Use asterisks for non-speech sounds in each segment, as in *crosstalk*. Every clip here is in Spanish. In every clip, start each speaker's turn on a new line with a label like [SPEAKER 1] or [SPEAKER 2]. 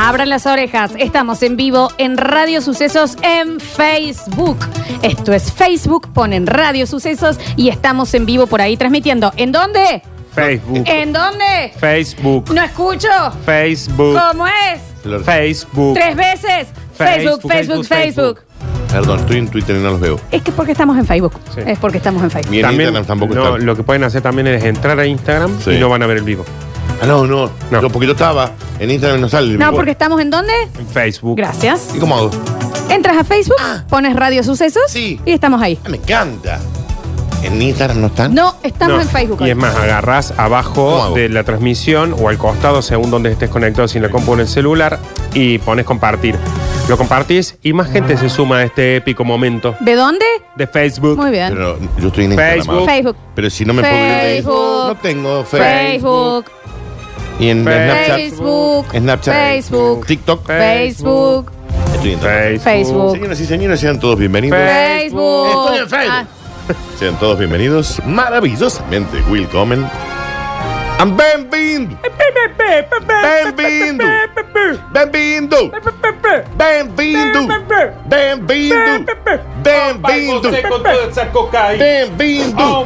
[SPEAKER 1] Abran las orejas, estamos en vivo en Radio Sucesos en Facebook. Esto es Facebook, ponen Radio Sucesos y estamos en vivo por ahí transmitiendo. ¿En dónde?
[SPEAKER 2] Facebook.
[SPEAKER 1] ¿En dónde?
[SPEAKER 2] Facebook.
[SPEAKER 1] No escucho.
[SPEAKER 2] Facebook.
[SPEAKER 1] ¿Cómo es?
[SPEAKER 2] Facebook.
[SPEAKER 1] Tres veces. Facebook, Facebook, Facebook.
[SPEAKER 2] Facebook, Facebook.
[SPEAKER 3] Perdón, estoy en Twitter y no los veo.
[SPEAKER 1] Es que porque estamos en Facebook.
[SPEAKER 2] Sí.
[SPEAKER 1] Es porque estamos en Facebook.
[SPEAKER 3] Ni en Instagram tampoco
[SPEAKER 2] no,
[SPEAKER 3] está.
[SPEAKER 2] Lo que pueden hacer también es entrar a Instagram
[SPEAKER 3] Sí.
[SPEAKER 2] y no van a ver el vivo.
[SPEAKER 3] Ah, no, no,
[SPEAKER 2] No.
[SPEAKER 3] Yo- Porque yo estaba en Instagram y no sale.
[SPEAKER 1] No, porque estamos en dónde?
[SPEAKER 2] En Facebook.
[SPEAKER 1] Gracias.
[SPEAKER 3] ¿Y cómo hago?
[SPEAKER 1] Entras a
[SPEAKER 2] Ah.
[SPEAKER 1] Facebook, pones Radio Sucesos
[SPEAKER 3] Sí.
[SPEAKER 1] y estamos ahí.
[SPEAKER 3] Ah, me encanta. ¿En Instagram no están?
[SPEAKER 1] No, estamos
[SPEAKER 2] No,
[SPEAKER 1] en Facebook.
[SPEAKER 2] Y
[SPEAKER 1] hoy.
[SPEAKER 2] es más, agarrás
[SPEAKER 3] ¿Cómo
[SPEAKER 2] abajo
[SPEAKER 3] hago?
[SPEAKER 2] de la transmisión o al costado, según donde estés conectado, si en la compu o en el celular, y pones compartir. Lo compartís y más gente se suma a este épico momento
[SPEAKER 1] ¿De dónde?
[SPEAKER 2] de Facebook.
[SPEAKER 1] Muy bien.
[SPEAKER 3] Pero yo estoy en Instagram.
[SPEAKER 2] Facebook.
[SPEAKER 3] ahora.
[SPEAKER 1] Facebook.
[SPEAKER 3] Pero si no me puedo ir de-
[SPEAKER 1] Facebook.
[SPEAKER 3] No tengo Facebook.
[SPEAKER 1] Facebook.
[SPEAKER 3] Y en Snapchat.
[SPEAKER 1] Facebook.
[SPEAKER 3] Snapchat.
[SPEAKER 1] Facebook.
[SPEAKER 3] TikTok.
[SPEAKER 1] Facebook.
[SPEAKER 3] Estoy en
[SPEAKER 2] Facebook.
[SPEAKER 1] Facebook.
[SPEAKER 3] Señoras y señores, sean todos bienvenidos.
[SPEAKER 2] Fe-
[SPEAKER 1] Facebook.
[SPEAKER 3] Estoy en Facebook.
[SPEAKER 1] Ah,
[SPEAKER 3] Sean todos bienvenidos. Maravillosamente, Willkommen. And benvindo. Benvindo. Benvindo. Benvindo. Benvindo. Benvindo. Benvindo. Benvindo. Benvindo. Benvindo. Señoras y señores,
[SPEAKER 2] Oh,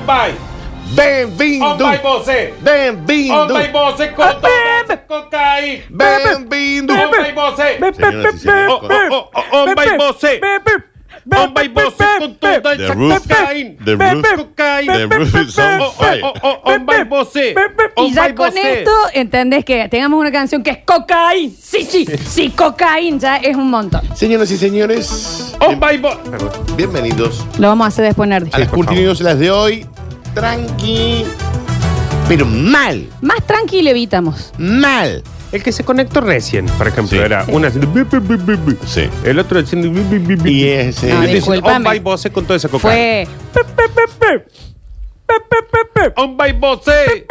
[SPEAKER 3] con- The roof- the roof- the
[SPEAKER 2] Oh,
[SPEAKER 3] roof is on fire.
[SPEAKER 1] Y ya con esto entendés que tengamos una canción que es cocaína. Sí, sí, sí, cocaína ya es un montón.
[SPEAKER 3] Señoras y señores,
[SPEAKER 2] Oh,
[SPEAKER 3] bien- bienvenidos
[SPEAKER 1] Lo vamos a hacer después, Nerdy.
[SPEAKER 3] a las
[SPEAKER 2] por favor.
[SPEAKER 3] Curtinios, las de hoy. Tranqui, pero mal,
[SPEAKER 1] Más tranquilo evitamos.
[SPEAKER 3] mal.
[SPEAKER 2] El que se conectó recién, por ejemplo,
[SPEAKER 3] Sí.
[SPEAKER 2] era una haciendo bi, bi, bi, bi, bi.
[SPEAKER 3] Sí.
[SPEAKER 2] El otro haciendo bi, bi, bi, bi.
[SPEAKER 3] Y eh, ese.
[SPEAKER 1] No,
[SPEAKER 2] Y te dicen,
[SPEAKER 1] discúlpame.
[SPEAKER 2] on by voce con toda esa coca.
[SPEAKER 1] Fue.
[SPEAKER 2] On by voce.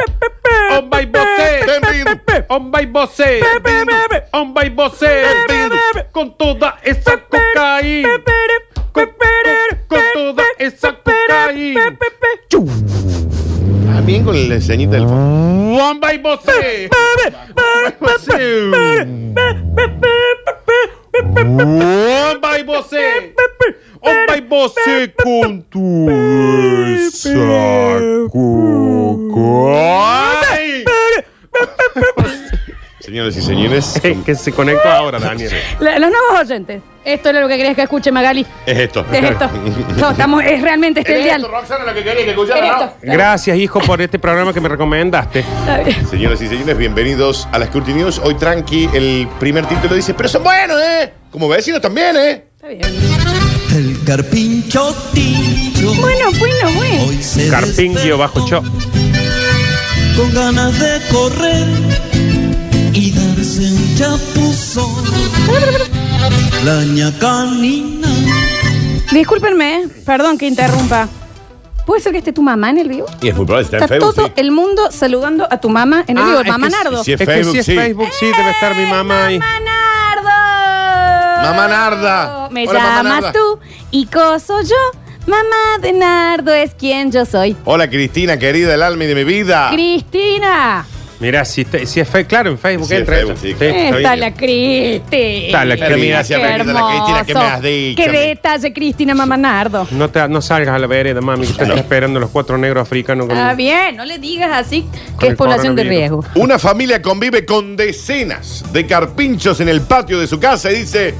[SPEAKER 2] On by voce.
[SPEAKER 3] Bienvenido.
[SPEAKER 2] On by voce. On by voce. Con toda esa cocaína. Con, con- con toda esa cocaína.
[SPEAKER 3] Ah, bien con la señita del fondo.
[SPEAKER 2] On by voce. On by voce. On by voce con tu esa cocaína.
[SPEAKER 3] Señoras y señores,
[SPEAKER 2] Eh, que se conectó ahora, Daniel.
[SPEAKER 1] La- los nuevos oyentes. Esto era lo que querías que escuche, Magali.
[SPEAKER 3] es esto.
[SPEAKER 1] Es *laughs* esto. No, estamos, es realmente este el dial.
[SPEAKER 3] Roxana, lo que quería que
[SPEAKER 1] Es
[SPEAKER 3] escuchara,
[SPEAKER 1] esto.
[SPEAKER 2] Gracias, hijo, por este programa que me recomendaste.
[SPEAKER 1] Está bien.
[SPEAKER 3] Señoras y señores, bienvenidos a las Curtinios. Hoy tranqui, el primer título dice, pero son buenos, ¿eh? Como vecinos también, ¿eh?
[SPEAKER 1] Está bien.
[SPEAKER 4] El carpincho tincho.
[SPEAKER 1] Bueno, bueno, bueno.
[SPEAKER 4] Hoy se
[SPEAKER 2] Carpincho
[SPEAKER 4] Ah,
[SPEAKER 2] bajo cho.
[SPEAKER 4] despertó Con ganas de correr y darse un chapuzón. La ñacanina.
[SPEAKER 1] Discúlpenme, ¿eh? perdón que interrumpa. ¿Puede ser que esté tu mamá en el vivo?
[SPEAKER 3] Y es muy probable, está,
[SPEAKER 1] Está
[SPEAKER 3] en Facebook.
[SPEAKER 1] todo
[SPEAKER 3] sí.
[SPEAKER 1] el mundo saludando a tu mamá en el
[SPEAKER 2] Ah,
[SPEAKER 1] vivo,
[SPEAKER 2] es que
[SPEAKER 1] mamá
[SPEAKER 2] sí,
[SPEAKER 1] Nardo. ¡Eh,
[SPEAKER 3] sí,
[SPEAKER 2] Es que si es
[SPEAKER 3] sí.
[SPEAKER 2] Facebook, sí, debe estar mi mamá ahí.
[SPEAKER 1] ¡Mamá Nardo!
[SPEAKER 3] Mamá Narda.
[SPEAKER 1] Me
[SPEAKER 3] Hola, mamá
[SPEAKER 1] llamas
[SPEAKER 3] Narda.
[SPEAKER 1] tú y coso yo. Mamá de Nardo es quien yo soy.
[SPEAKER 3] Hola, Cristina, querida, el alma y de mi vida.
[SPEAKER 1] ¡Cristina!
[SPEAKER 2] Mirá, si, te- si es fe, claro, en Facebook
[SPEAKER 3] Sí,
[SPEAKER 2] entra
[SPEAKER 3] en Facebook,
[SPEAKER 2] eso.
[SPEAKER 3] sí,
[SPEAKER 2] Sí,
[SPEAKER 3] claro.
[SPEAKER 2] está
[SPEAKER 1] Está
[SPEAKER 2] bien.
[SPEAKER 1] la Cristi.
[SPEAKER 2] Está la
[SPEAKER 3] Pero mira,
[SPEAKER 2] Cristina.
[SPEAKER 3] si ha venido la Cristina, ¿qué me has dicho?
[SPEAKER 1] Qué detalle, Cristina, mamá Nardo.
[SPEAKER 2] No, te, no salgas a la vereda, mami, que te están esperando los cuatro negros africanos. Con...
[SPEAKER 1] Está bien, no le digas así que
[SPEAKER 2] el
[SPEAKER 1] es población de riesgo.
[SPEAKER 2] coronavirus.
[SPEAKER 3] Una familia convive con decenas de carpinchos en el patio de su casa y dice: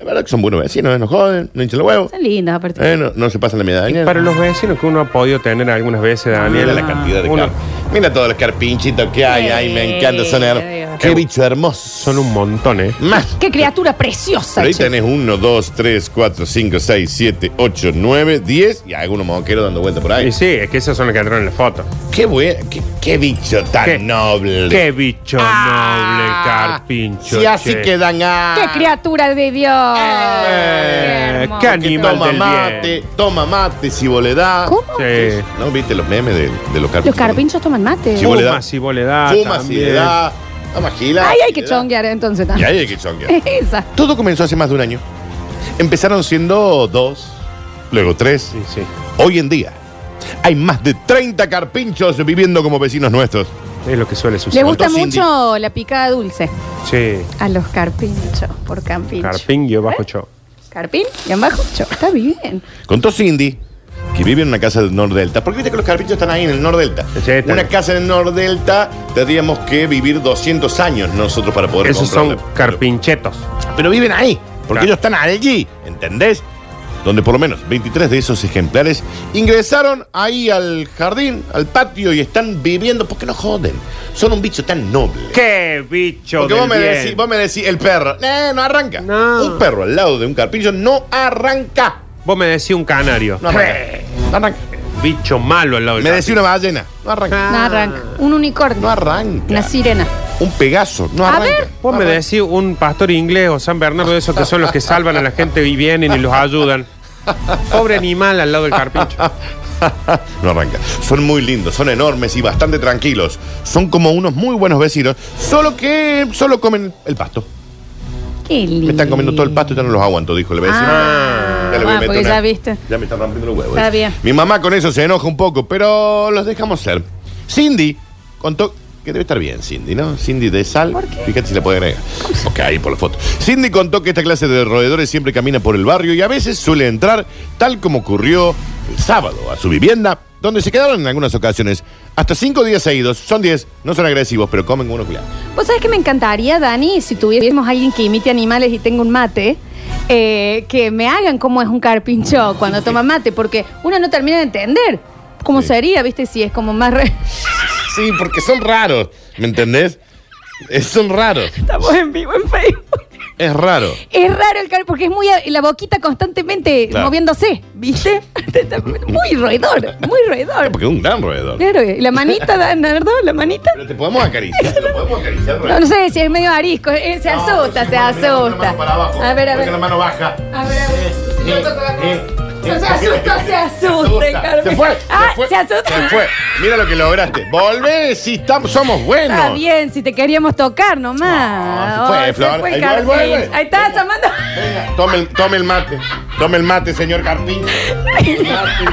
[SPEAKER 3] La verdad que son buenos vecinos, ¿eh? no joden, no hinchan los huevos,
[SPEAKER 1] Son lindas, aparte.
[SPEAKER 3] eh, no, no se pasan la medalla.
[SPEAKER 2] Para los vecinos que uno ha podido tener algunas veces,
[SPEAKER 3] Mira
[SPEAKER 2] Daniel.
[SPEAKER 1] Ah,
[SPEAKER 3] la cantidad de
[SPEAKER 2] uno-
[SPEAKER 3] carpinchos. Mira todos los carpinchitos que hay
[SPEAKER 1] Sí,
[SPEAKER 3] ahí, me encanta. Son
[SPEAKER 1] Dios.
[SPEAKER 3] hermosos. Qué bicho hermoso.
[SPEAKER 5] Son un montón, ¿eh?
[SPEAKER 3] Más.
[SPEAKER 1] Qué criatura preciosa.
[SPEAKER 3] Pero ahí
[SPEAKER 1] che.
[SPEAKER 3] tenés 1, 2, 3, 4, 5, 6, 7, 8, 9, 10 y algunos moqueros dando vuelta por ahí.
[SPEAKER 5] Y sí, es que esas son las que entraron en la foto.
[SPEAKER 3] Qué buen, qué, qué bicho tan
[SPEAKER 5] Qué-
[SPEAKER 3] noble. Ah.
[SPEAKER 5] Qué bicho noble, carpincho.
[SPEAKER 3] Si así
[SPEAKER 5] che.
[SPEAKER 3] quedan ah.
[SPEAKER 1] Qué criatura de Dios. Qué hermoso.
[SPEAKER 5] qué
[SPEAKER 3] Que
[SPEAKER 5] animal
[SPEAKER 3] toma
[SPEAKER 5] del
[SPEAKER 3] mate, toma mate, si vos le das.
[SPEAKER 1] ¿Cómo?
[SPEAKER 5] Sí.
[SPEAKER 3] ¿No viste los memes de, de los carpinchos?
[SPEAKER 1] Los carpinchos toman mate.
[SPEAKER 3] Si vos le
[SPEAKER 5] Fuma
[SPEAKER 3] das.
[SPEAKER 5] si vos le das.
[SPEAKER 3] Fuma
[SPEAKER 5] Ah,
[SPEAKER 3] si
[SPEAKER 5] también.
[SPEAKER 3] le das. Toma gila.
[SPEAKER 1] Ay, hay
[SPEAKER 3] si
[SPEAKER 1] que Eh.
[SPEAKER 3] le das.
[SPEAKER 1] chonguear entonces
[SPEAKER 3] Y
[SPEAKER 1] también.
[SPEAKER 3] ahí hay que chonguear.
[SPEAKER 1] *laughs* Esa.
[SPEAKER 3] Todo comenzó hace más de un año. Empezaron siendo dos, luego tres.
[SPEAKER 5] Sí, sí.
[SPEAKER 3] Hoy en día hay más de 30 carpinchos viviendo como vecinos nuestros.
[SPEAKER 5] Es lo que suele
[SPEAKER 1] Le
[SPEAKER 5] suceder.
[SPEAKER 1] gusta
[SPEAKER 3] dos indies.
[SPEAKER 1] mucho la picada dulce
[SPEAKER 5] Sí.
[SPEAKER 1] a los carpinchos, por carpincho.
[SPEAKER 5] Carpincho bajo cho.
[SPEAKER 1] Carpín y en bajo cho. Está bien.
[SPEAKER 3] Contó Cindy que vive en una casa del Nordelta. Porque viste que los carpinchos están ahí en el Nordelta.
[SPEAKER 5] Sí, están.
[SPEAKER 3] Una casa en el Nordelta tendríamos que vivir 200 años nosotros para poder
[SPEAKER 5] Esos son
[SPEAKER 3] comprarla.
[SPEAKER 5] carpinchetos.
[SPEAKER 3] Pero viven ahí, porque
[SPEAKER 5] Claro.
[SPEAKER 3] ellos están allí, ¿entendés? Donde por lo menos 23 de esos ejemplares ingresaron ahí al jardín, al patio y están viviendo. ¿Por qué no joden? Son un bicho tan noble.
[SPEAKER 5] ¡Qué bicho
[SPEAKER 3] Porque vos
[SPEAKER 5] del
[SPEAKER 3] me,
[SPEAKER 5] bien!
[SPEAKER 3] decís, vos me decís, el perro. Eh, no arranca.
[SPEAKER 5] No.
[SPEAKER 3] Un perro al lado de un carpincho no arranca.
[SPEAKER 5] Vos me decís un canario.
[SPEAKER 3] No arranca.
[SPEAKER 5] Eh.
[SPEAKER 3] No arranca.
[SPEAKER 5] Bicho malo al lado del
[SPEAKER 3] Me decís
[SPEAKER 5] carpincho.
[SPEAKER 3] una ballena. No arranca.
[SPEAKER 5] Ah.
[SPEAKER 1] No arranca. Un unicornio.
[SPEAKER 3] No arranca.
[SPEAKER 1] Una sirena.
[SPEAKER 3] Un pegaso. No
[SPEAKER 1] A
[SPEAKER 3] arranca.
[SPEAKER 1] ver.
[SPEAKER 5] Vos me decís un pastor inglés o San Bernardo de esos que son los que salvan a la gente y vienen y los ayudan. Pobre animal al lado del
[SPEAKER 3] *laughs*
[SPEAKER 5] carpincho.
[SPEAKER 3] No arranca. Son muy lindos, son enormes y bastante tranquilos. Son como unos muy buenos vecinos, solo que solo comen el pasto.
[SPEAKER 1] Qué lindo.
[SPEAKER 3] Me están comiendo todo el pasto y ya no los aguanto, dijo el vecino.
[SPEAKER 1] Ah,
[SPEAKER 3] Ya le voy a
[SPEAKER 1] ah,
[SPEAKER 3] meter
[SPEAKER 1] porque
[SPEAKER 3] una-
[SPEAKER 1] ya viste.
[SPEAKER 3] Ya me están rompiendo los huevos.
[SPEAKER 1] Está bien.
[SPEAKER 3] Mi mamá con eso se enoja un poco, pero los dejamos ser. Cindy contó que debe estar bien, Cindy, ¿no? Cindy de sal.
[SPEAKER 1] ¿Por qué?
[SPEAKER 3] Fíjate si la puede agregar. Ok, ahí por la foto. Cindy contó que esta clase de roedores siempre camina por el barrio y a veces suele entrar, tal como ocurrió el sábado, a su vivienda, donde se quedaron en algunas ocasiones. Hasta cinco días seguidos. Son diez, no son agresivos, pero comen uno cuidado.
[SPEAKER 1] Vos sabés que me encantaría, Dani, si tuviésemos alguien que imite animales y tenga un mate, eh, que me hagan cómo es un carpincho cuando toma mate, porque uno no termina de entender cómo
[SPEAKER 3] Sí.
[SPEAKER 1] sería, ¿viste? Si es como más... re-
[SPEAKER 3] Sí, porque son raros, ¿me entendés? Eh, son raros.
[SPEAKER 1] Estamos en vivo en Facebook.
[SPEAKER 3] Es raro. Eh,
[SPEAKER 1] Es raro el carpincho, porque es muy... a- la boquita constantemente
[SPEAKER 3] Claro.
[SPEAKER 1] moviéndose, ¿viste? muy roedor, muy roedor.
[SPEAKER 3] Porque es un gran roedor.
[SPEAKER 1] Claro, y la manita, Dan, ¿verdad? La manita...
[SPEAKER 3] Pero te podemos acariciar, te podemos acariciar.
[SPEAKER 1] No, no sé si es medio arisco, eh, se asusta, se asusta. A ver, a ver.
[SPEAKER 3] la mano baja.
[SPEAKER 1] A ver, a ver. Yo
[SPEAKER 3] eh,
[SPEAKER 1] toco la mano.
[SPEAKER 3] eh,
[SPEAKER 1] No
[SPEAKER 3] eh,
[SPEAKER 1] se asusta, se asusta, Carmen.
[SPEAKER 3] Se fue.
[SPEAKER 1] Ah,
[SPEAKER 3] se fue.
[SPEAKER 1] se asusta.
[SPEAKER 3] Se fue. Mira lo que lograste. Volvé, si estamos, somos buenos.
[SPEAKER 1] Está bien, si te queríamos tocar nomás.
[SPEAKER 3] No, Ah, se fue,
[SPEAKER 1] Oh,
[SPEAKER 3] Flor.
[SPEAKER 1] fue
[SPEAKER 3] Ahí
[SPEAKER 1] Carmen.
[SPEAKER 3] vuelve, vuelve.
[SPEAKER 1] Ahí está, llamando.
[SPEAKER 3] Venga, tome el, tome el mate. Tome el mate, señor
[SPEAKER 1] *laughs*
[SPEAKER 3] Carpincho. Mate, mate.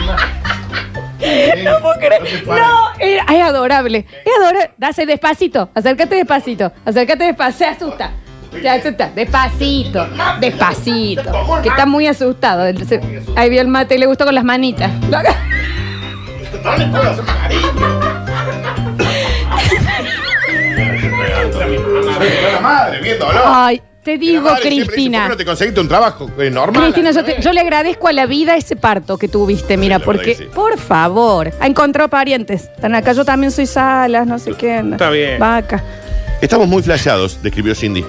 [SPEAKER 1] No puedo
[SPEAKER 3] se
[SPEAKER 1] creer.
[SPEAKER 3] pare.
[SPEAKER 1] No, era- es adorable. Es adorable. Dase despacito. Acércate despacito. Acércate despacito. Se asusta. Se asusta. Despacito. Despacito. Que está muy asustado. Se- Ahí vio el mate y le gustó con las manitas. Lo haga-
[SPEAKER 3] No le puedo hacer cariño. La madre, viéndolo.
[SPEAKER 1] Ay, te digo,
[SPEAKER 3] La madre Ah. siempre dice, ¿por qué
[SPEAKER 1] Cristina.
[SPEAKER 3] no te conseguiste un trabajo eh, normal?
[SPEAKER 1] Cristina, yo, te- yo le agradezco a la vida ese parto que tuviste, mira,
[SPEAKER 3] la verdad
[SPEAKER 1] porque,
[SPEAKER 3] que sí.
[SPEAKER 1] por favor, ha encontrado parientes. Están acá, yo también soy salas, no sé qué. no-
[SPEAKER 5] Está bien.
[SPEAKER 1] Vaca.
[SPEAKER 3] Estamos muy flasheados, describió Cindy.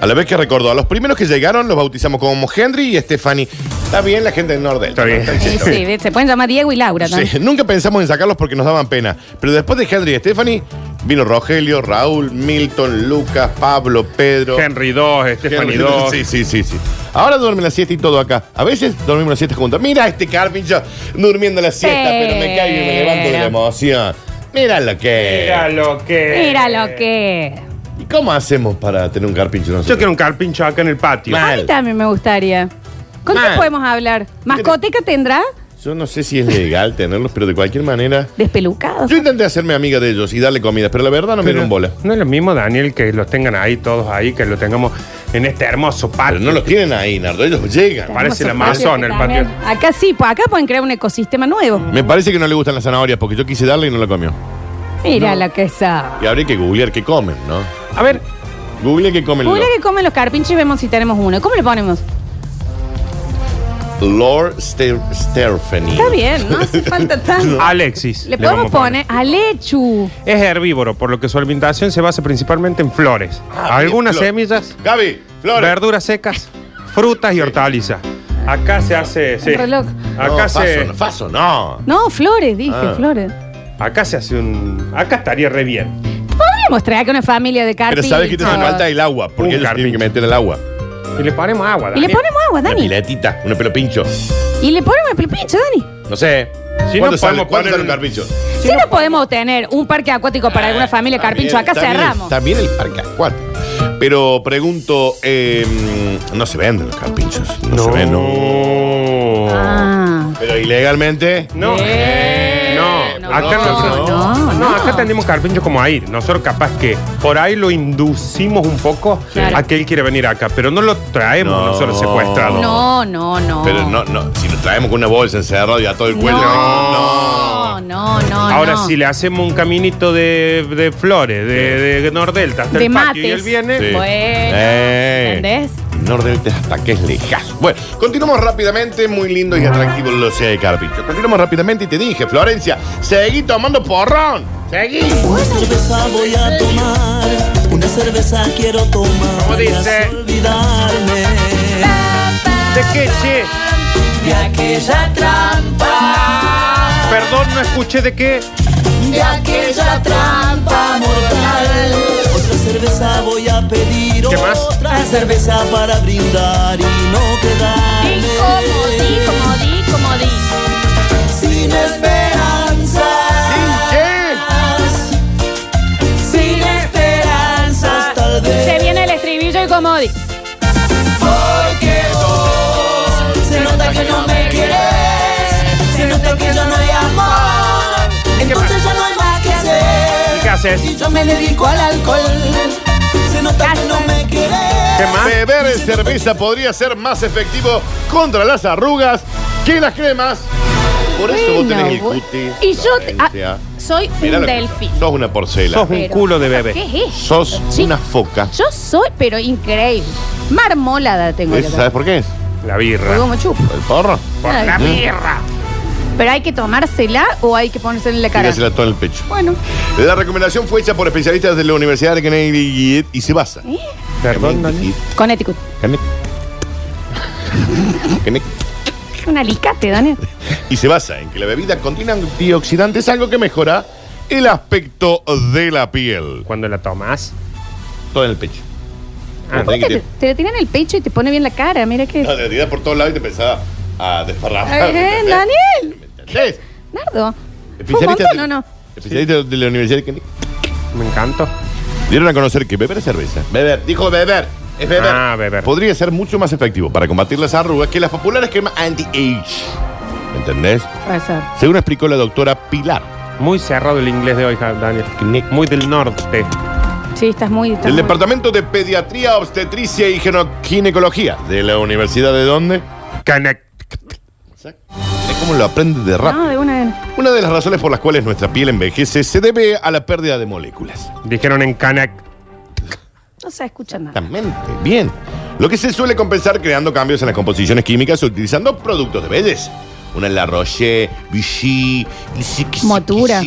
[SPEAKER 3] A la vez que recordó, a los primeros que llegaron los bautizamos como Henry y Stephanie. Está bien la gente del norte.
[SPEAKER 5] Está bien.
[SPEAKER 1] Eh, sí, ve, se pueden llamar Diego y Laura, ¿no?
[SPEAKER 3] Sí, nunca pensamos en sacarlos porque nos daban pena. Pero después de Henry y Stephanie, vino Rogelio, Raúl, Milton, Lucas, Pablo, Pedro.
[SPEAKER 5] Henry 2, Stephanie 2.
[SPEAKER 3] Sí, sí, sí, sí. Ahora duermen la siesta y todo acá. A veces dormimos la siesta juntos. Mira este carpincho durmiendo la siesta, pero, me caigo y me levanto de la emoción. Mira lo que.
[SPEAKER 5] Mira lo que.
[SPEAKER 1] Mira lo que.
[SPEAKER 3] ¿Y cómo hacemos para tener un carpincho nosotros?
[SPEAKER 5] Yo quiero un carpincho acá en el patio.
[SPEAKER 3] Mal.
[SPEAKER 1] A mí también me gustaría. ¿Con qué
[SPEAKER 3] Mal.
[SPEAKER 1] podemos hablar? ¿Mascoteca tendrá?
[SPEAKER 3] Yo no sé si es legal tenerlos, pero de cualquier manera.
[SPEAKER 1] Despelucado.
[SPEAKER 3] Yo intenté hacerme amiga de ellos y darle comidas, pero la verdad no me
[SPEAKER 5] Pero
[SPEAKER 3] dieron bola.
[SPEAKER 5] No es lo mismo, Daniel, que los tengan ahí todos ahí, que lo tengamos en este hermoso patio.
[SPEAKER 3] Pero no los tienen ahí, Nardo, ellos llegan.
[SPEAKER 5] parece la
[SPEAKER 1] Hermoso
[SPEAKER 5] Amazon,
[SPEAKER 1] patio que
[SPEAKER 5] el patio.
[SPEAKER 1] también- Acá sí, pues acá pueden crear un ecosistema nuevo.
[SPEAKER 3] Me parece que no le gustan las zanahorias porque yo quise darle y no la comió.
[SPEAKER 1] Mira lo que esa.
[SPEAKER 3] Y habría que googlear qué comen, ¿no?
[SPEAKER 5] A ver,
[SPEAKER 3] Google qué comen.
[SPEAKER 1] Una
[SPEAKER 3] los-
[SPEAKER 1] que comen los carpinchos y vemos si tenemos uno. ¿Cómo le ponemos?
[SPEAKER 3] Lord Ste- Stephanie.
[SPEAKER 1] Está bien, no hace falta tanto.
[SPEAKER 2] Ah, Alexis.
[SPEAKER 1] Le
[SPEAKER 2] vamos
[SPEAKER 1] podemos
[SPEAKER 2] a poner.
[SPEAKER 1] poner Alechu.
[SPEAKER 2] Es herbívoro, por lo que su alimentación se basa principalmente en flores.
[SPEAKER 3] Ah,
[SPEAKER 2] Algunas
[SPEAKER 3] bien, flor.
[SPEAKER 2] semillas,
[SPEAKER 3] Gaby, Flores.
[SPEAKER 2] verduras secas, frutas y hortalizas. Acá se hace. sí.
[SPEAKER 1] Un reloj.
[SPEAKER 2] Acá
[SPEAKER 3] no,
[SPEAKER 2] se.
[SPEAKER 3] Faso, Faso, no.
[SPEAKER 1] No, flores, dije,
[SPEAKER 3] Ah.
[SPEAKER 1] flores.
[SPEAKER 2] Acá se hace un. Acá estaría re bien.
[SPEAKER 1] Podríamos traer acá una familia de
[SPEAKER 3] Pero
[SPEAKER 1] carpichos.
[SPEAKER 3] sabes que te hace falta el agua,
[SPEAKER 2] Un
[SPEAKER 3] porque ellos tienen
[SPEAKER 2] carpincho.
[SPEAKER 3] que meter el agua.
[SPEAKER 2] Y le ponemos agua,
[SPEAKER 1] Y le
[SPEAKER 2] Dani.
[SPEAKER 1] ponemos agua,
[SPEAKER 3] Una
[SPEAKER 1] Dani.
[SPEAKER 3] piletita, un pelo pincho.
[SPEAKER 1] Y le ponemos el pincho, Dani.
[SPEAKER 3] No sé.
[SPEAKER 2] Si
[SPEAKER 3] ¿Cuánto
[SPEAKER 2] no
[SPEAKER 3] sale,
[SPEAKER 2] podemos
[SPEAKER 3] cuánto
[SPEAKER 2] poner
[SPEAKER 3] sale un
[SPEAKER 2] un-
[SPEAKER 3] carpincho?
[SPEAKER 1] Si no podemos tener un parque acuático para alguna familia carpincho, acá
[SPEAKER 3] También-
[SPEAKER 1] cerramos.
[SPEAKER 3] También el parque acuático. Pero pregunto, eh, no se venden los carpinchos. No, se venden.
[SPEAKER 1] Ah.
[SPEAKER 3] Pero ilegalmente.
[SPEAKER 2] No. Eh, No,
[SPEAKER 1] no,
[SPEAKER 2] acá nosotros-
[SPEAKER 1] no,
[SPEAKER 2] no,
[SPEAKER 1] no.
[SPEAKER 2] acá tenemos carpincho como a ir. Nosotros capaz que por ahí lo inducimos un poco
[SPEAKER 1] Claro.
[SPEAKER 2] a que él quiere venir acá, pero no lo traemos
[SPEAKER 3] No.
[SPEAKER 2] nosotros secuestrado.
[SPEAKER 1] No, no, no.
[SPEAKER 3] Pero no, no, si lo traemos con una bolsa encerrado y a todo el cuello.
[SPEAKER 1] No, no, no.
[SPEAKER 2] Ahora,
[SPEAKER 1] no.
[SPEAKER 2] si le hacemos un caminito de, de flores, de, de Nordelta hasta
[SPEAKER 1] De
[SPEAKER 2] el patio y él
[SPEAKER 1] mates.
[SPEAKER 2] viene,
[SPEAKER 3] Sí.
[SPEAKER 1] Bueno,
[SPEAKER 3] Eh.
[SPEAKER 1] ¿entendés?
[SPEAKER 3] Nordelta hasta que es lejazo. Bueno, continuamos rápidamente, muy lindo y atractivo lo sea de carpincho. Continuamos rápidamente y te dije, Florencia, seguí tomando porrón. Seguí.
[SPEAKER 4] Una cerveza voy a tomar, una cerveza quiero tomar.
[SPEAKER 2] ¿Cómo dice?
[SPEAKER 4] para olvidarme
[SPEAKER 2] ¿de qué, che?
[SPEAKER 4] de aquella trampa,
[SPEAKER 2] Perdón, no escuché de qué.
[SPEAKER 4] de aquella trampa mortal. Otra cerveza voy a pedir,
[SPEAKER 2] ¿Qué más?
[SPEAKER 4] otra cerveza para brindar y no
[SPEAKER 1] Di como di,
[SPEAKER 4] quedarme
[SPEAKER 1] como di, como di.
[SPEAKER 4] sin esperanza. Sin esperanzas tal
[SPEAKER 1] Se
[SPEAKER 4] vez
[SPEAKER 1] viene el estribillo y como di.
[SPEAKER 4] Porque vos Se nota que no me quieres Se nota que ya no hay amor Entonces ya no hay más que hacer
[SPEAKER 2] ¿Qué haces?
[SPEAKER 4] Y yo me dedico al alcohol Se nota que no me quieres
[SPEAKER 2] ¿Qué más?
[SPEAKER 3] Beber cerveza podría ser más efectivo contra las arrugas que las cremas. Por eso vos
[SPEAKER 1] Bueno,
[SPEAKER 3] tenés el
[SPEAKER 1] vos-
[SPEAKER 3] cuti.
[SPEAKER 1] Y yo te- ah,
[SPEAKER 3] Florencia.
[SPEAKER 1] soy
[SPEAKER 3] Mirá
[SPEAKER 1] un
[SPEAKER 3] lo que-
[SPEAKER 1] delfín.
[SPEAKER 3] Sos una porcela.
[SPEAKER 2] Sos un
[SPEAKER 1] Pero-
[SPEAKER 2] culo de bebé.
[SPEAKER 1] ¿Qué es esto?
[SPEAKER 3] Sos
[SPEAKER 1] Sí.
[SPEAKER 3] una foca.
[SPEAKER 1] Yo soy, pero increíble. Marmolada tengo
[SPEAKER 3] ¿Eso
[SPEAKER 1] yo.
[SPEAKER 3] ¿Sabes por qué es?
[SPEAKER 2] La birra.
[SPEAKER 1] Porque como chupo.
[SPEAKER 3] ¿Por ¿El porro?
[SPEAKER 2] Por
[SPEAKER 1] Ay.
[SPEAKER 2] la birra.
[SPEAKER 1] Pero hay que tomársela o hay que ponérsela en la cara.
[SPEAKER 3] Tírasela todo en el pecho.
[SPEAKER 1] Bueno,
[SPEAKER 3] La recomendación fue hecha por especialistas de la Universidad de Connecticut y se basa.
[SPEAKER 2] Perdón, Dani.
[SPEAKER 1] Connecticut.
[SPEAKER 3] Connecticut. *laughs* Connecticut.
[SPEAKER 1] Un alicate,
[SPEAKER 3] *laughs*
[SPEAKER 1] Daniel.
[SPEAKER 3] Y se basa en que la bebida contiene antioxidantes, algo que mejora el aspecto de la piel.
[SPEAKER 2] Cuando la tomas.
[SPEAKER 3] Todo en el pecho.
[SPEAKER 2] Ah.
[SPEAKER 3] Tenés que
[SPEAKER 1] Este Te,
[SPEAKER 3] te-
[SPEAKER 1] te la tiran en el pecho y te pone bien la cara. Mira que.
[SPEAKER 3] No, te tirás por todos lados y te empezás a desparramar.
[SPEAKER 1] Ay, eh,
[SPEAKER 3] ¿entendés?
[SPEAKER 1] Daniel.
[SPEAKER 3] ¿Me entendés?
[SPEAKER 1] Nardo. Fue un montón,
[SPEAKER 3] Especialistas de,
[SPEAKER 1] ¿o no?
[SPEAKER 3] especialistas de la Universidad de Connecticut
[SPEAKER 2] Me encantó.
[SPEAKER 3] Dieron a conocer que beber cerveza. Beber, dijo beber. Es beber.
[SPEAKER 2] Ah, beber.
[SPEAKER 3] Podría ser mucho más efectivo para combatir las arrugas que las populares cremas anti-age. ¿Me ¿Entendés?
[SPEAKER 1] Puede ser.
[SPEAKER 3] Según explicó la doctora Pilar.
[SPEAKER 2] Muy cerrado el inglés de hoy, Daniel. Muy del norte.
[SPEAKER 1] Sí, estás muy. estás
[SPEAKER 3] Del
[SPEAKER 1] muy-
[SPEAKER 3] Departamento de Pediatría, Obstetricia y Geno- Ginecología. ¿De la Universidad de dónde? Es como lo aprende de rap.
[SPEAKER 1] No, de una de.
[SPEAKER 3] Una de las razones por las cuales nuestra piel envejece se debe a la pérdida de moléculas.
[SPEAKER 2] Dijeron en Canac.
[SPEAKER 1] No se escucha nada.
[SPEAKER 3] Exactamente, bien. Lo que se suele compensar creando cambios en las composiciones químicas utilizando productos de belleza. Una La Roche, Vichy,
[SPEAKER 1] Motura.
[SPEAKER 3] Le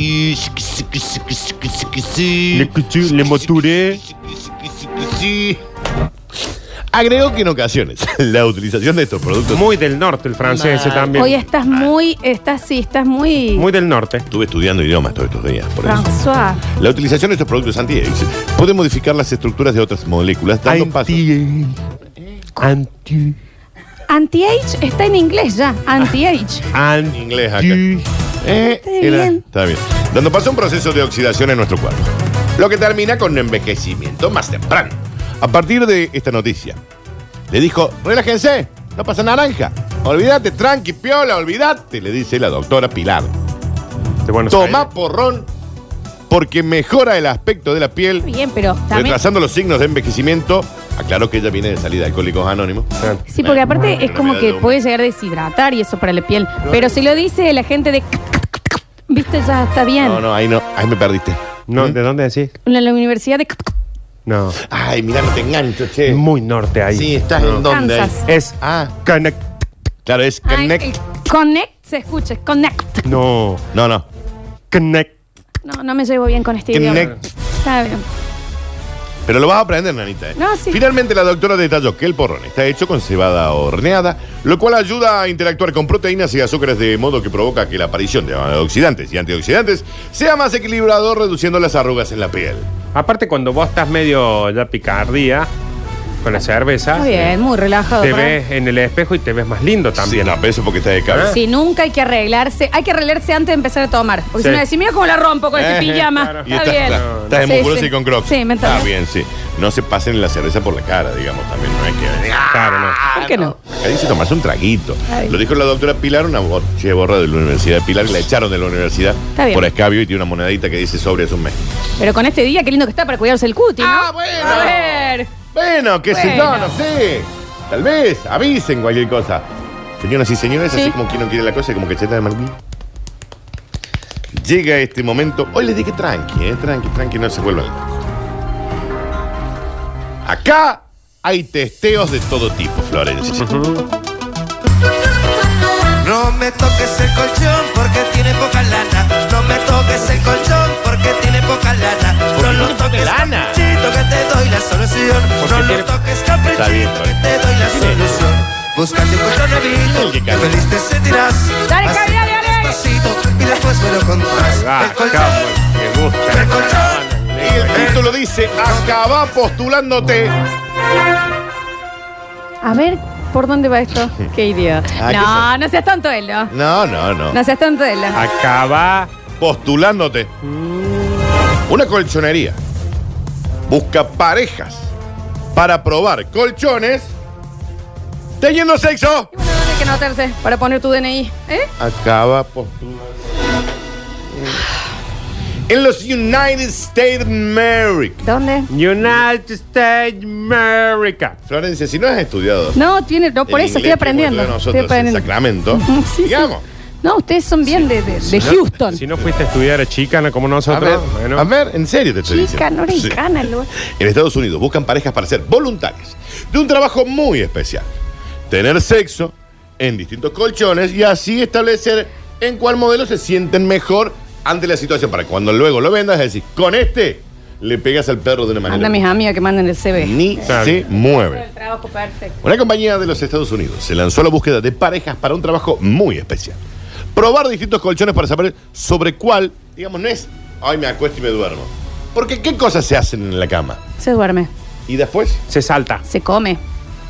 [SPEAKER 2] Le Cuchu- Le Moturé.
[SPEAKER 3] Agrego que en ocasiones *laughs* la utilización de estos productos.
[SPEAKER 2] Muy del norte el francés ese también.
[SPEAKER 1] Hoy estás muy. Estás, sí, estás muy.
[SPEAKER 2] Muy del norte.
[SPEAKER 3] Estuve estudiando idiomas todos estos días, por eso.
[SPEAKER 1] François.
[SPEAKER 3] La utilización de estos productos anti puede modificar las estructuras de otras moléculas, dando paso.
[SPEAKER 2] Anti.
[SPEAKER 1] Anti-age está en inglés ya. Anti-age.
[SPEAKER 2] Anti.
[SPEAKER 3] inglés acá. Eh,
[SPEAKER 1] Está bien.
[SPEAKER 3] Está bien. Dando paso a un proceso de oxidación en nuestro cuerpo. Lo que termina con un envejecimiento más temprano. A partir de esta noticia, le dijo, relájense, no pasa naranja. Olvídate, tranqui, piola, olvídate, le dice la doctora Pilar.
[SPEAKER 2] De Buenos
[SPEAKER 3] Toma
[SPEAKER 2] Aires.
[SPEAKER 3] porrón porque mejora el aspecto de la piel,
[SPEAKER 1] Bien, pero también.
[SPEAKER 3] retrasando los signos de envejecimiento. Aclaró que ella viene de salida de Alcohólicos Anónimos.
[SPEAKER 1] Sí, porque aparte
[SPEAKER 3] Bueno,
[SPEAKER 1] es como
[SPEAKER 3] me
[SPEAKER 1] que
[SPEAKER 3] da un-
[SPEAKER 1] puede llegar a deshidratar y eso para la piel. Pero si lo dice la gente de. Viste, ya está bien.
[SPEAKER 3] No, no, ahí no, ahí me perdiste.
[SPEAKER 2] No, ¿De dónde decís?
[SPEAKER 1] En la universidad de.
[SPEAKER 2] No.
[SPEAKER 3] Ay, mirá, no te engancho, che.
[SPEAKER 2] Muy norte ahí.
[SPEAKER 3] Sí, estás en donde.
[SPEAKER 1] Kansas.
[SPEAKER 2] Es
[SPEAKER 3] Ah,
[SPEAKER 2] Canac.
[SPEAKER 3] Claro, es
[SPEAKER 1] Ay,
[SPEAKER 3] connect.
[SPEAKER 1] eh, Connect se escucha, connect.
[SPEAKER 2] No.
[SPEAKER 3] No, no.
[SPEAKER 2] Connect.
[SPEAKER 1] No, no me llevo bien con este idioma.
[SPEAKER 3] Connect.
[SPEAKER 1] Está bien.
[SPEAKER 3] Pero lo vas a aprender, nanita. ¿eh?
[SPEAKER 1] No, sí.
[SPEAKER 3] Finalmente, la doctora detalló que el porrón está hecho con cebada horneada, lo cual ayuda a interactuar con proteínas y azúcares de modo que provoca que la aparición de oxidantes y antioxidantes sea más equilibrado, reduciendo las arrugas en la piel.
[SPEAKER 2] Aparte, cuando vos estás medio ya picardía con la cerveza,
[SPEAKER 3] Ah,
[SPEAKER 2] eh,
[SPEAKER 1] Muy bien, muy relajado.
[SPEAKER 2] te
[SPEAKER 1] por ahí.
[SPEAKER 2] ves en el espejo y te ves más lindo también.
[SPEAKER 3] Sí, no, pero eso porque está de cabeza.
[SPEAKER 1] Sí, nunca hay que arreglarse. Hay que arreglarse antes de empezar a tomar. Porque si
[SPEAKER 2] Sí.
[SPEAKER 1] no decís, mira cómo la rompo con
[SPEAKER 3] Eh,
[SPEAKER 1] este pijama.
[SPEAKER 2] claro.
[SPEAKER 3] Y
[SPEAKER 1] Está,
[SPEAKER 3] está-
[SPEAKER 1] bien.
[SPEAKER 3] está- estás en
[SPEAKER 1] Sí,
[SPEAKER 3] musculosa
[SPEAKER 1] sí.
[SPEAKER 3] y con crocs. Ah,
[SPEAKER 1] Sí, me
[SPEAKER 3] Está
[SPEAKER 1] entendés.
[SPEAKER 3] bien, sí. No se pasen la cerveza por la cara, digamos, también. No hay que...
[SPEAKER 2] Claro, no.
[SPEAKER 1] ¿Por qué no?
[SPEAKER 3] Acá dice tomarse un traguito.
[SPEAKER 1] Ay.
[SPEAKER 3] Lo dijo la doctora Pilar, una bo- che borra de la Universidad de Pilar, que la echaron de la universidad
[SPEAKER 1] Está bien.
[SPEAKER 3] por escabio y tiene una monedita que dice sobre es un mes.
[SPEAKER 1] Pero con este día, qué lindo que está para cuidarse el cuti, ¿no?
[SPEAKER 3] Ah, bueno.
[SPEAKER 1] A ver.
[SPEAKER 3] Bueno, qué sé yo,
[SPEAKER 1] Bueno.
[SPEAKER 3] no sé. Tal vez, avisen cualquier cosa. Señoras y señores, así
[SPEAKER 1] Sí.
[SPEAKER 3] como quien no quiere la cosa, como cacheta de Marvin. Llega este momento. Hoy les dije tranqui, eh, tranqui, tranqui, no se vuelvan locos. Acá hay testeos de todo tipo, Florencia.
[SPEAKER 6] No me toques el colchón porque tiene poca lana. No me toques el colchón porque tiene poca lana. No lo toques
[SPEAKER 3] lana.
[SPEAKER 6] caprichito que te doy la solución. No lo toques
[SPEAKER 3] Está bien,
[SPEAKER 6] caprichito que
[SPEAKER 3] Tony.
[SPEAKER 6] te doy la solución. Búscate un colchón
[SPEAKER 3] El que
[SPEAKER 6] abrigo, que
[SPEAKER 3] canta.
[SPEAKER 6] feliz te sentirás.
[SPEAKER 1] Dale, Javi, dale, dale.
[SPEAKER 6] despacito y después me lo contarás.
[SPEAKER 2] Ahí va,
[SPEAKER 6] El
[SPEAKER 3] pues.
[SPEAKER 6] colchón,
[SPEAKER 2] cabrón, me gusta.
[SPEAKER 6] el colchón.
[SPEAKER 3] Y el título dice: Acabá postulándote.
[SPEAKER 1] A ver, ¿por dónde va *laughs* esto? Qué idiota.
[SPEAKER 3] Ah,
[SPEAKER 1] no, no seas tonto, Elo.
[SPEAKER 3] No, no, no.
[SPEAKER 1] No seas tonto, Elo.
[SPEAKER 3] Ah.
[SPEAKER 2] Acaba.
[SPEAKER 3] postulándote. Una colchonería busca parejas para probar colchones teniendo sexo.
[SPEAKER 1] Y bueno, ¿dónde hay que anotarse para poner tu DNI? ¿Eh?
[SPEAKER 3] Acaba postulando. En los United States of America.
[SPEAKER 1] ¿Dónde?
[SPEAKER 2] United States America.
[SPEAKER 3] Florencia, si no has estudiado.
[SPEAKER 1] No, tiene, no, por
[SPEAKER 3] el
[SPEAKER 1] eso estoy
[SPEAKER 3] inglés que hemos
[SPEAKER 1] aprendiendo.
[SPEAKER 3] estudiado
[SPEAKER 1] Estoy
[SPEAKER 3] Nosotros
[SPEAKER 1] aprendiendo.
[SPEAKER 3] en Sacramento.
[SPEAKER 1] Ujú, *laughs* sí, sí.
[SPEAKER 3] digamos.
[SPEAKER 1] No, ustedes son bien de, de- de
[SPEAKER 2] No,
[SPEAKER 1] Houston.
[SPEAKER 2] Si no fuiste a estudiar a Chicana como
[SPEAKER 3] A
[SPEAKER 2] nosotros,
[SPEAKER 3] ver,
[SPEAKER 2] bueno.
[SPEAKER 3] a ver, en serio te estoy
[SPEAKER 1] Chica,
[SPEAKER 3] diciendo.
[SPEAKER 1] no
[SPEAKER 3] Sí.
[SPEAKER 1] encana, Elo.
[SPEAKER 3] En Estados Unidos buscan parejas para ser voluntarias de un trabajo muy especial. Tener sexo en distintos colchones y así establecer en cuál modelo se sienten mejor ante la situación para cuando luego lo vendas, es decir, con este le pegas al perro de una
[SPEAKER 1] Anda
[SPEAKER 3] manera
[SPEAKER 1] mis amigas que mandan el CV.
[SPEAKER 3] ni
[SPEAKER 2] Claro.
[SPEAKER 3] se mueve.
[SPEAKER 1] El trabajo perfecto.
[SPEAKER 3] Una compañía de los Estados Unidos se lanzó a la búsqueda de parejas para un trabajo muy especial. Probar distintos colchones para saber sobre cuál, digamos, no es, ay, me acuesto y me duermo. Porque qué cosas se hacen en la cama.
[SPEAKER 1] Se duerme,
[SPEAKER 3] ¿Y después?
[SPEAKER 2] Se salta.
[SPEAKER 1] se come,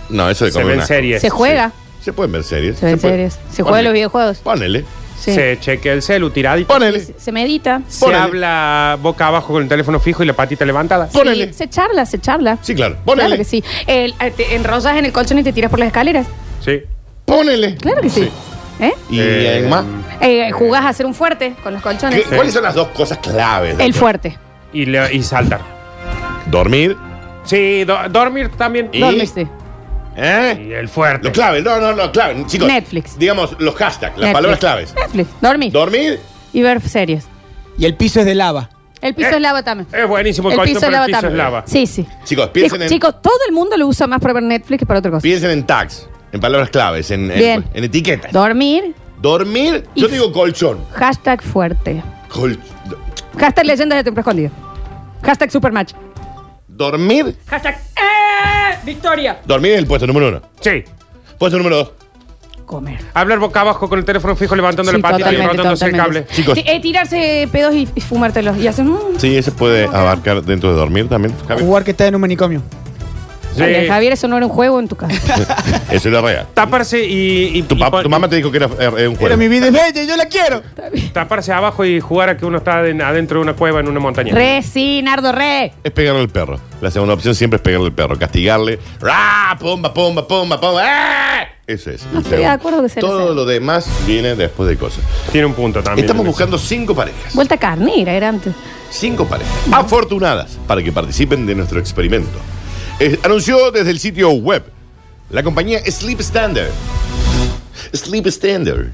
[SPEAKER 3] No, eso de
[SPEAKER 2] Se
[SPEAKER 3] comer
[SPEAKER 2] ven
[SPEAKER 3] una-
[SPEAKER 2] series.
[SPEAKER 1] se juega.
[SPEAKER 3] Se pueden ver series.
[SPEAKER 1] Se ven
[SPEAKER 3] puede-
[SPEAKER 1] series. Se juegan los videojuegos.
[SPEAKER 3] Ponele.
[SPEAKER 1] Sí.
[SPEAKER 2] Se chequea el celu tiradito.
[SPEAKER 3] Ponele.
[SPEAKER 1] Se, se medita.
[SPEAKER 2] Se
[SPEAKER 3] Ponele.
[SPEAKER 2] habla boca abajo con el teléfono fijo y la patita levantada.
[SPEAKER 3] Ponele.
[SPEAKER 1] Sí, se charla, se charla.
[SPEAKER 3] Sí, claro. Ponele.
[SPEAKER 1] Claro que sí. El- eh, te enrollas en el colchón y te tiras por las escaleras.
[SPEAKER 2] Sí.
[SPEAKER 3] Ponele.
[SPEAKER 1] Claro que sí. ¿Eh?
[SPEAKER 3] ¿Y
[SPEAKER 2] Eh,
[SPEAKER 3] hay más?
[SPEAKER 1] Eh, jugás a hacer un fuerte con los
[SPEAKER 3] ¿Qué-
[SPEAKER 1] colchones.
[SPEAKER 3] ¿Cuáles son las dos cosas claves?
[SPEAKER 1] El fuerte.
[SPEAKER 2] Y, le- y saltar.
[SPEAKER 3] Dormir.
[SPEAKER 2] Sí, do- dormir también.
[SPEAKER 3] Y-
[SPEAKER 1] Dormirse.
[SPEAKER 3] ¿Eh?
[SPEAKER 2] Y el fuerte.
[SPEAKER 3] Lo clave. No, no, no, clave. Chicos.
[SPEAKER 1] Netflix.
[SPEAKER 3] Digamos, los hashtags, las
[SPEAKER 1] Netflix.
[SPEAKER 3] palabras claves.
[SPEAKER 1] Netflix. Dormir.
[SPEAKER 3] Dormir.
[SPEAKER 1] y ver series.
[SPEAKER 7] Y el piso es de lava.
[SPEAKER 1] El piso
[SPEAKER 2] Eh,
[SPEAKER 1] es lava también.
[SPEAKER 2] Es buenísimo el,
[SPEAKER 1] El
[SPEAKER 2] colchón,
[SPEAKER 1] piso es
[SPEAKER 2] pero
[SPEAKER 1] lava
[SPEAKER 2] el piso es
[SPEAKER 1] también.
[SPEAKER 2] lava.
[SPEAKER 1] Sí, sí.
[SPEAKER 3] Chicos, piensen
[SPEAKER 1] Dijo,
[SPEAKER 3] en,
[SPEAKER 1] Chicos, todo el mundo lo usa más para ver Netflix que para otra cosa.
[SPEAKER 3] piensen en tags, en palabras claves, en, en-
[SPEAKER 1] Bien.
[SPEAKER 3] en etiquetas.
[SPEAKER 1] Dormir,
[SPEAKER 3] Dormir,
[SPEAKER 1] Y-
[SPEAKER 3] yo digo colchón.
[SPEAKER 1] hashtag fuerte.
[SPEAKER 3] Col-
[SPEAKER 1] Hashtag leyendas de tiempo escondido. Hashtag supermatch.
[SPEAKER 3] dormir.
[SPEAKER 1] Hashtag ¡eh! Victoria.
[SPEAKER 3] Dormir es el puesto número uno.
[SPEAKER 2] Sí.
[SPEAKER 3] Puesto número dos.
[SPEAKER 1] Comer.
[SPEAKER 2] Hablar boca abajo con el teléfono fijo levantando
[SPEAKER 1] Sí,
[SPEAKER 2] la patita y levantándose el cable.
[SPEAKER 1] totalmente.
[SPEAKER 3] Chicos.
[SPEAKER 1] T- eh, tirarse pedos y, y fumártelos. Y hacer. mm.
[SPEAKER 3] Sí, eso puede abarcar dentro de dormir también, Javi.
[SPEAKER 7] Jugar que está en un manicomio.
[SPEAKER 2] Sí.
[SPEAKER 1] Dale, Javier, eso no era un juego en tu casa.
[SPEAKER 3] *laughs* Eso es la real.
[SPEAKER 2] Taparse y. y-
[SPEAKER 3] Tu,
[SPEAKER 2] y
[SPEAKER 3] pap-
[SPEAKER 2] pon-
[SPEAKER 3] tu mamá te dijo que era eh,
[SPEAKER 7] Pero
[SPEAKER 3] un juego.
[SPEAKER 7] mi vida es bella y yo la quiero.
[SPEAKER 2] Taparse abajo y jugar a que uno está aden- adentro de una cueva en una montaña.
[SPEAKER 1] re, sí, Nardo, re.
[SPEAKER 3] Es pegarle al perro. La segunda opción siempre es pegarle al perro, castigarle. ¡Ah! Pomba, pomba, pomba, pomba. ¡Ah! Eso es.
[SPEAKER 1] No estoy de acuerdo que se lo
[SPEAKER 3] Todo
[SPEAKER 1] sea.
[SPEAKER 3] lo demás viene después de cosas.
[SPEAKER 2] Tiene un punto también.
[SPEAKER 3] Estamos
[SPEAKER 2] en eso.
[SPEAKER 3] buscando cinco parejas.
[SPEAKER 1] Vuelta carnera era antes.
[SPEAKER 3] Cinco parejas. Afortunadas para que participen de nuestro experimento. Eh, anunció desde el sitio web la compañía Sleep Standard. Sleep Standard.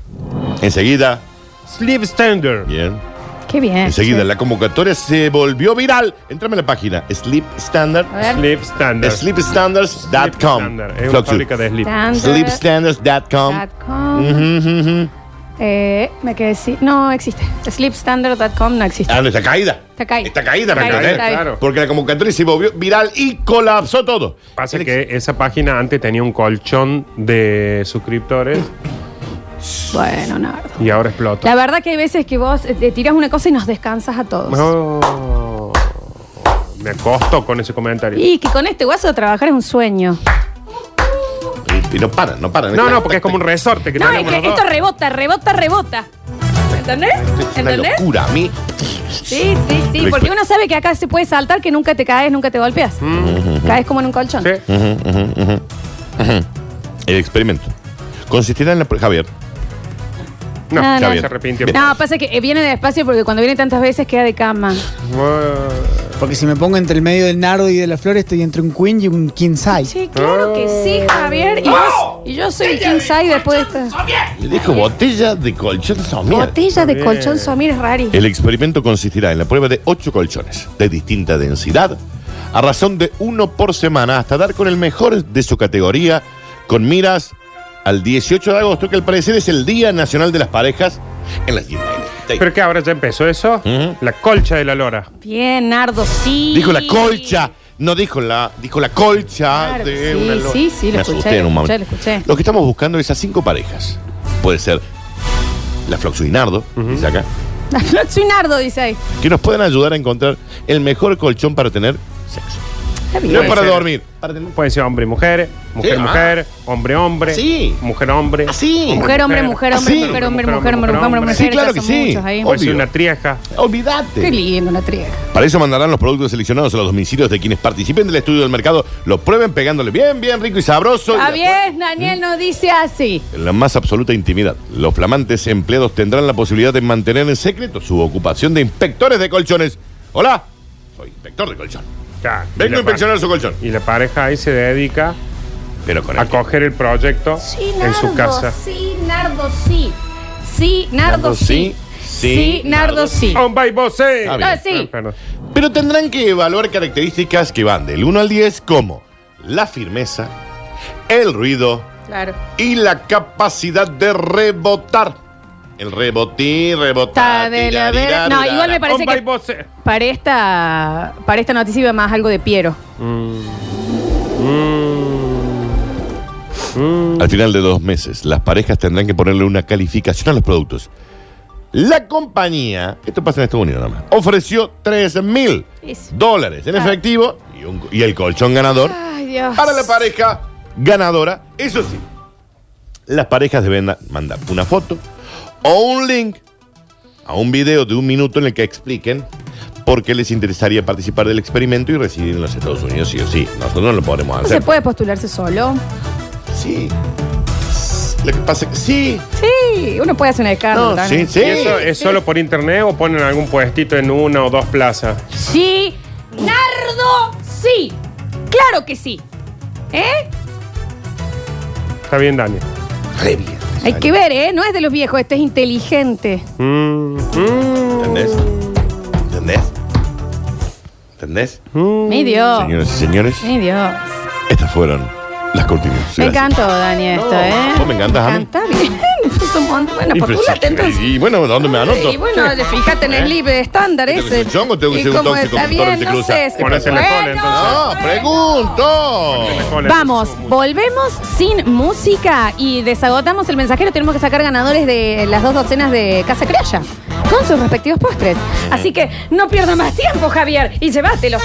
[SPEAKER 3] Enseguida,
[SPEAKER 2] Sleep Standard.
[SPEAKER 3] bien,
[SPEAKER 1] Qué bien.
[SPEAKER 3] Enseguida la convocatoria se volvió viral. Entrame a la página Sleep Standard.
[SPEAKER 1] A ver.
[SPEAKER 2] Sleep Standard.
[SPEAKER 3] Sleepstandards.com.
[SPEAKER 2] Standard. Es una
[SPEAKER 3] Floxu.
[SPEAKER 2] fábrica de sleep.
[SPEAKER 1] Standard
[SPEAKER 3] Sleepstandards.com.
[SPEAKER 1] dot com. Eh, me quedé sin. No existe. Sleepstandard.com no existe.
[SPEAKER 3] Ah, no, está caída.
[SPEAKER 1] Está caída.
[SPEAKER 3] Está caída, ¿me
[SPEAKER 1] Está
[SPEAKER 3] entendés?
[SPEAKER 1] caída, está
[SPEAKER 2] caída.
[SPEAKER 3] Porque la convocatoria se volvió viral y colapsó todo.
[SPEAKER 2] Pasa que esa página antes tenía un colchón de suscriptores
[SPEAKER 1] Bueno, Nardo.
[SPEAKER 2] y ahora explota.
[SPEAKER 1] La verdad que hay veces que vos eh, te tiras una cosa y nos descansas a todos.
[SPEAKER 2] Oh, me acosto con ese comentario.
[SPEAKER 1] Y que con este guaso trabajar es un sueño.
[SPEAKER 3] Y, y no paran, no paran.
[SPEAKER 2] No, no, porque es como un resorte que
[SPEAKER 1] No, es
[SPEAKER 2] tenemos
[SPEAKER 1] que
[SPEAKER 2] los dos.
[SPEAKER 1] esto rebota, rebota, rebota. ¿Entendés?
[SPEAKER 3] Es una
[SPEAKER 1] ¿Entendés?
[SPEAKER 3] locura. A mí.
[SPEAKER 1] Sí, sí, sí.
[SPEAKER 3] Listo.
[SPEAKER 1] Porque uno sabe que acá se puede saltar, que nunca te caes, nunca te golpeas.
[SPEAKER 3] Mm.
[SPEAKER 1] Caes como en un colchón.
[SPEAKER 2] Sí.
[SPEAKER 3] El experimento consistirá en la. Javier.
[SPEAKER 2] No,
[SPEAKER 1] Ah,
[SPEAKER 2] ya
[SPEAKER 1] no.
[SPEAKER 2] se arrepintió.
[SPEAKER 1] No, pasa que eh, viene despacio porque cuando viene tantas veces queda de cama.
[SPEAKER 2] Ah,
[SPEAKER 7] Porque si me pongo entre el medio del nardo y de la flor, estoy entre un queen y un king size.
[SPEAKER 1] Sí, claro que sí, Javier. Y, vos- y yo soy el King Sai después Ah. de esta.
[SPEAKER 3] Le dijo botella de colchón somier.
[SPEAKER 1] Botella de colchón Suamir es rari.
[SPEAKER 3] El experimento consistirá en la prueba de ocho colchones de distinta densidad, a razón de uno por semana, hasta dar con el mejor de su categoría, con miras al 18 de agosto, que al parecer es el Día Nacional de las Parejas en las United States.
[SPEAKER 2] Pero que ahora ya empezó eso. La colcha de la lora.
[SPEAKER 1] Bien, Nardo, sí.
[SPEAKER 3] Dijo la
[SPEAKER 1] *laughs*
[SPEAKER 3] colcha. No dijo la, dijo la colcha
[SPEAKER 1] Claro
[SPEAKER 3] de
[SPEAKER 1] que sí,
[SPEAKER 3] una lo-
[SPEAKER 1] sí, sí, lo
[SPEAKER 3] Me
[SPEAKER 1] escuché,
[SPEAKER 3] asusté en un
[SPEAKER 1] lo
[SPEAKER 3] momento.
[SPEAKER 1] escuché, lo escuché.
[SPEAKER 3] Lo que estamos buscando es a cinco parejas. Puede ser la Floxuinardo, dice acá,
[SPEAKER 1] La flor soy Nardo, dice ahí.
[SPEAKER 3] que nos puedan ayudar a encontrar el mejor colchón para tener sexo.
[SPEAKER 1] Está
[SPEAKER 3] No
[SPEAKER 1] bien.
[SPEAKER 2] Puede
[SPEAKER 3] para
[SPEAKER 2] ser.
[SPEAKER 3] dormir, para tener
[SPEAKER 2] Pueden ser hombre y mujer, mujer
[SPEAKER 3] Sí, ah.
[SPEAKER 2] mujer, hombre hombre,
[SPEAKER 3] Sí.
[SPEAKER 2] mujer hombre.
[SPEAKER 3] Así.
[SPEAKER 1] Mujer, hombre, mujer, hombre,
[SPEAKER 3] Ah, Sí.
[SPEAKER 1] mujer, hombre, mujer, mujer, mujer, mujer.
[SPEAKER 3] Sí, claro
[SPEAKER 1] ya
[SPEAKER 3] que
[SPEAKER 1] son
[SPEAKER 3] sí.
[SPEAKER 1] muchos ahí.
[SPEAKER 3] Obvio.
[SPEAKER 2] Puede ser una trieja.
[SPEAKER 1] Qué
[SPEAKER 3] Olvídate.
[SPEAKER 1] lindo la triega.
[SPEAKER 3] Para eso mandarán los productos seleccionados a los domicilios de quienes participen del estudio del mercado. Lo prueben pegándole bien, bien rico y sabroso. Y
[SPEAKER 1] Está
[SPEAKER 3] después,
[SPEAKER 1] bien, Daniel nos dice así.
[SPEAKER 3] En la más absoluta intimidad, los flamantes empleados tendrán la posibilidad de mantener en secreto su ocupación de inspectores de colchones. Hola, soy inspector de colchón.
[SPEAKER 2] Ya, y
[SPEAKER 3] Vengo
[SPEAKER 2] la
[SPEAKER 3] a inspeccionar su colchón.
[SPEAKER 2] pa- Y la pareja ahí se dedica
[SPEAKER 3] Pero con
[SPEAKER 2] a
[SPEAKER 3] el
[SPEAKER 2] coger el proyecto
[SPEAKER 1] Sí, Nardo.
[SPEAKER 2] en su casa.
[SPEAKER 1] Sí, Nardo, sí. Sí, Nardo, sí. Sí, Nardo, sí.
[SPEAKER 2] On by Bosé.
[SPEAKER 3] Ah, bien.
[SPEAKER 1] Ah, sí.
[SPEAKER 2] perdón.
[SPEAKER 3] Pero tendrán que evaluar características que van del 1 al 10 como la firmeza, el ruido,
[SPEAKER 1] Claro.
[SPEAKER 3] y la capacidad de rebotar. El rebotín,
[SPEAKER 1] Está
[SPEAKER 3] rebotar.
[SPEAKER 1] de la
[SPEAKER 3] tirarirá,
[SPEAKER 1] ver- No,
[SPEAKER 3] rirá,
[SPEAKER 1] igual me
[SPEAKER 3] rirá.
[SPEAKER 1] parece
[SPEAKER 2] On by
[SPEAKER 1] que
[SPEAKER 2] Bosé.
[SPEAKER 1] para esta, para esta noticia iba más algo de Piero.
[SPEAKER 3] Al final de dos meses, las parejas tendrán que ponerle una calificación a los productos. La compañía, esto pasa en Estados Unidos nada más, ofreció 3 mil
[SPEAKER 1] Eso.
[SPEAKER 3] dólares en
[SPEAKER 1] Ah.
[SPEAKER 3] efectivo y, un- y el colchón ganador
[SPEAKER 1] Ay, Dios.
[SPEAKER 3] para la pareja ganadora. Eso sí, las parejas deben da- mandar una foto o un link a un video de un minuto en el que expliquen por qué les interesaría participar del experimento y residir en los Estados Unidos, sí o sí. Nosotros no lo podremos
[SPEAKER 1] ¿No
[SPEAKER 3] hacer.
[SPEAKER 1] se puede postularse solo?
[SPEAKER 3] Sí. Lo que pasa es que sí.
[SPEAKER 1] Sí, uno puede hacer una descarga.
[SPEAKER 3] No, sí,
[SPEAKER 1] también.
[SPEAKER 3] sí.
[SPEAKER 2] ¿Y eso es solo por internet o ponen algún puestito en una o dos plazas?
[SPEAKER 1] Sí, Nardo, sí. Claro que sí. ¿Eh?
[SPEAKER 2] Está bien, Daniel.
[SPEAKER 3] Re bien.
[SPEAKER 1] Hay que ver, ¿eh? No es de los viejos, este es inteligente.
[SPEAKER 2] Mm, mm,
[SPEAKER 3] ¿Entendés? ¿Entendés? ¿Entendés?
[SPEAKER 1] Mi Dios.
[SPEAKER 3] Señoras y señores,
[SPEAKER 1] Mi Dios.
[SPEAKER 3] estas fueron las cortinas.
[SPEAKER 1] Me encantó, Dani, esto,
[SPEAKER 3] No,
[SPEAKER 1] ¿eh?
[SPEAKER 3] vos me encantás a mí.
[SPEAKER 1] Está bien. *laughs* Es un montón. Bueno, postulate entonces.
[SPEAKER 3] Y bueno, ¿dónde me anoto? ¿Eh?
[SPEAKER 1] Y bueno, fíjate en el libre estándar
[SPEAKER 3] ¿Tengo que
[SPEAKER 1] ese.
[SPEAKER 3] ser chongo o tengo que
[SPEAKER 1] Y
[SPEAKER 3] ser un
[SPEAKER 1] como
[SPEAKER 3] tóxico
[SPEAKER 1] está
[SPEAKER 3] que todo
[SPEAKER 1] bien,
[SPEAKER 3] se
[SPEAKER 1] no
[SPEAKER 3] cruza?
[SPEAKER 1] sé. si-
[SPEAKER 2] Ponete en la cola, entonces.
[SPEAKER 3] No, pregunto.
[SPEAKER 2] ponle-
[SPEAKER 1] Vamos, volvemos sin música y desagotamos el mensajero. Tenemos que sacar ganadores de las dos docenas de Casa Criolla con sus respectivos postres. Así que no pierdas más tiempo, Javier, y llévatelo.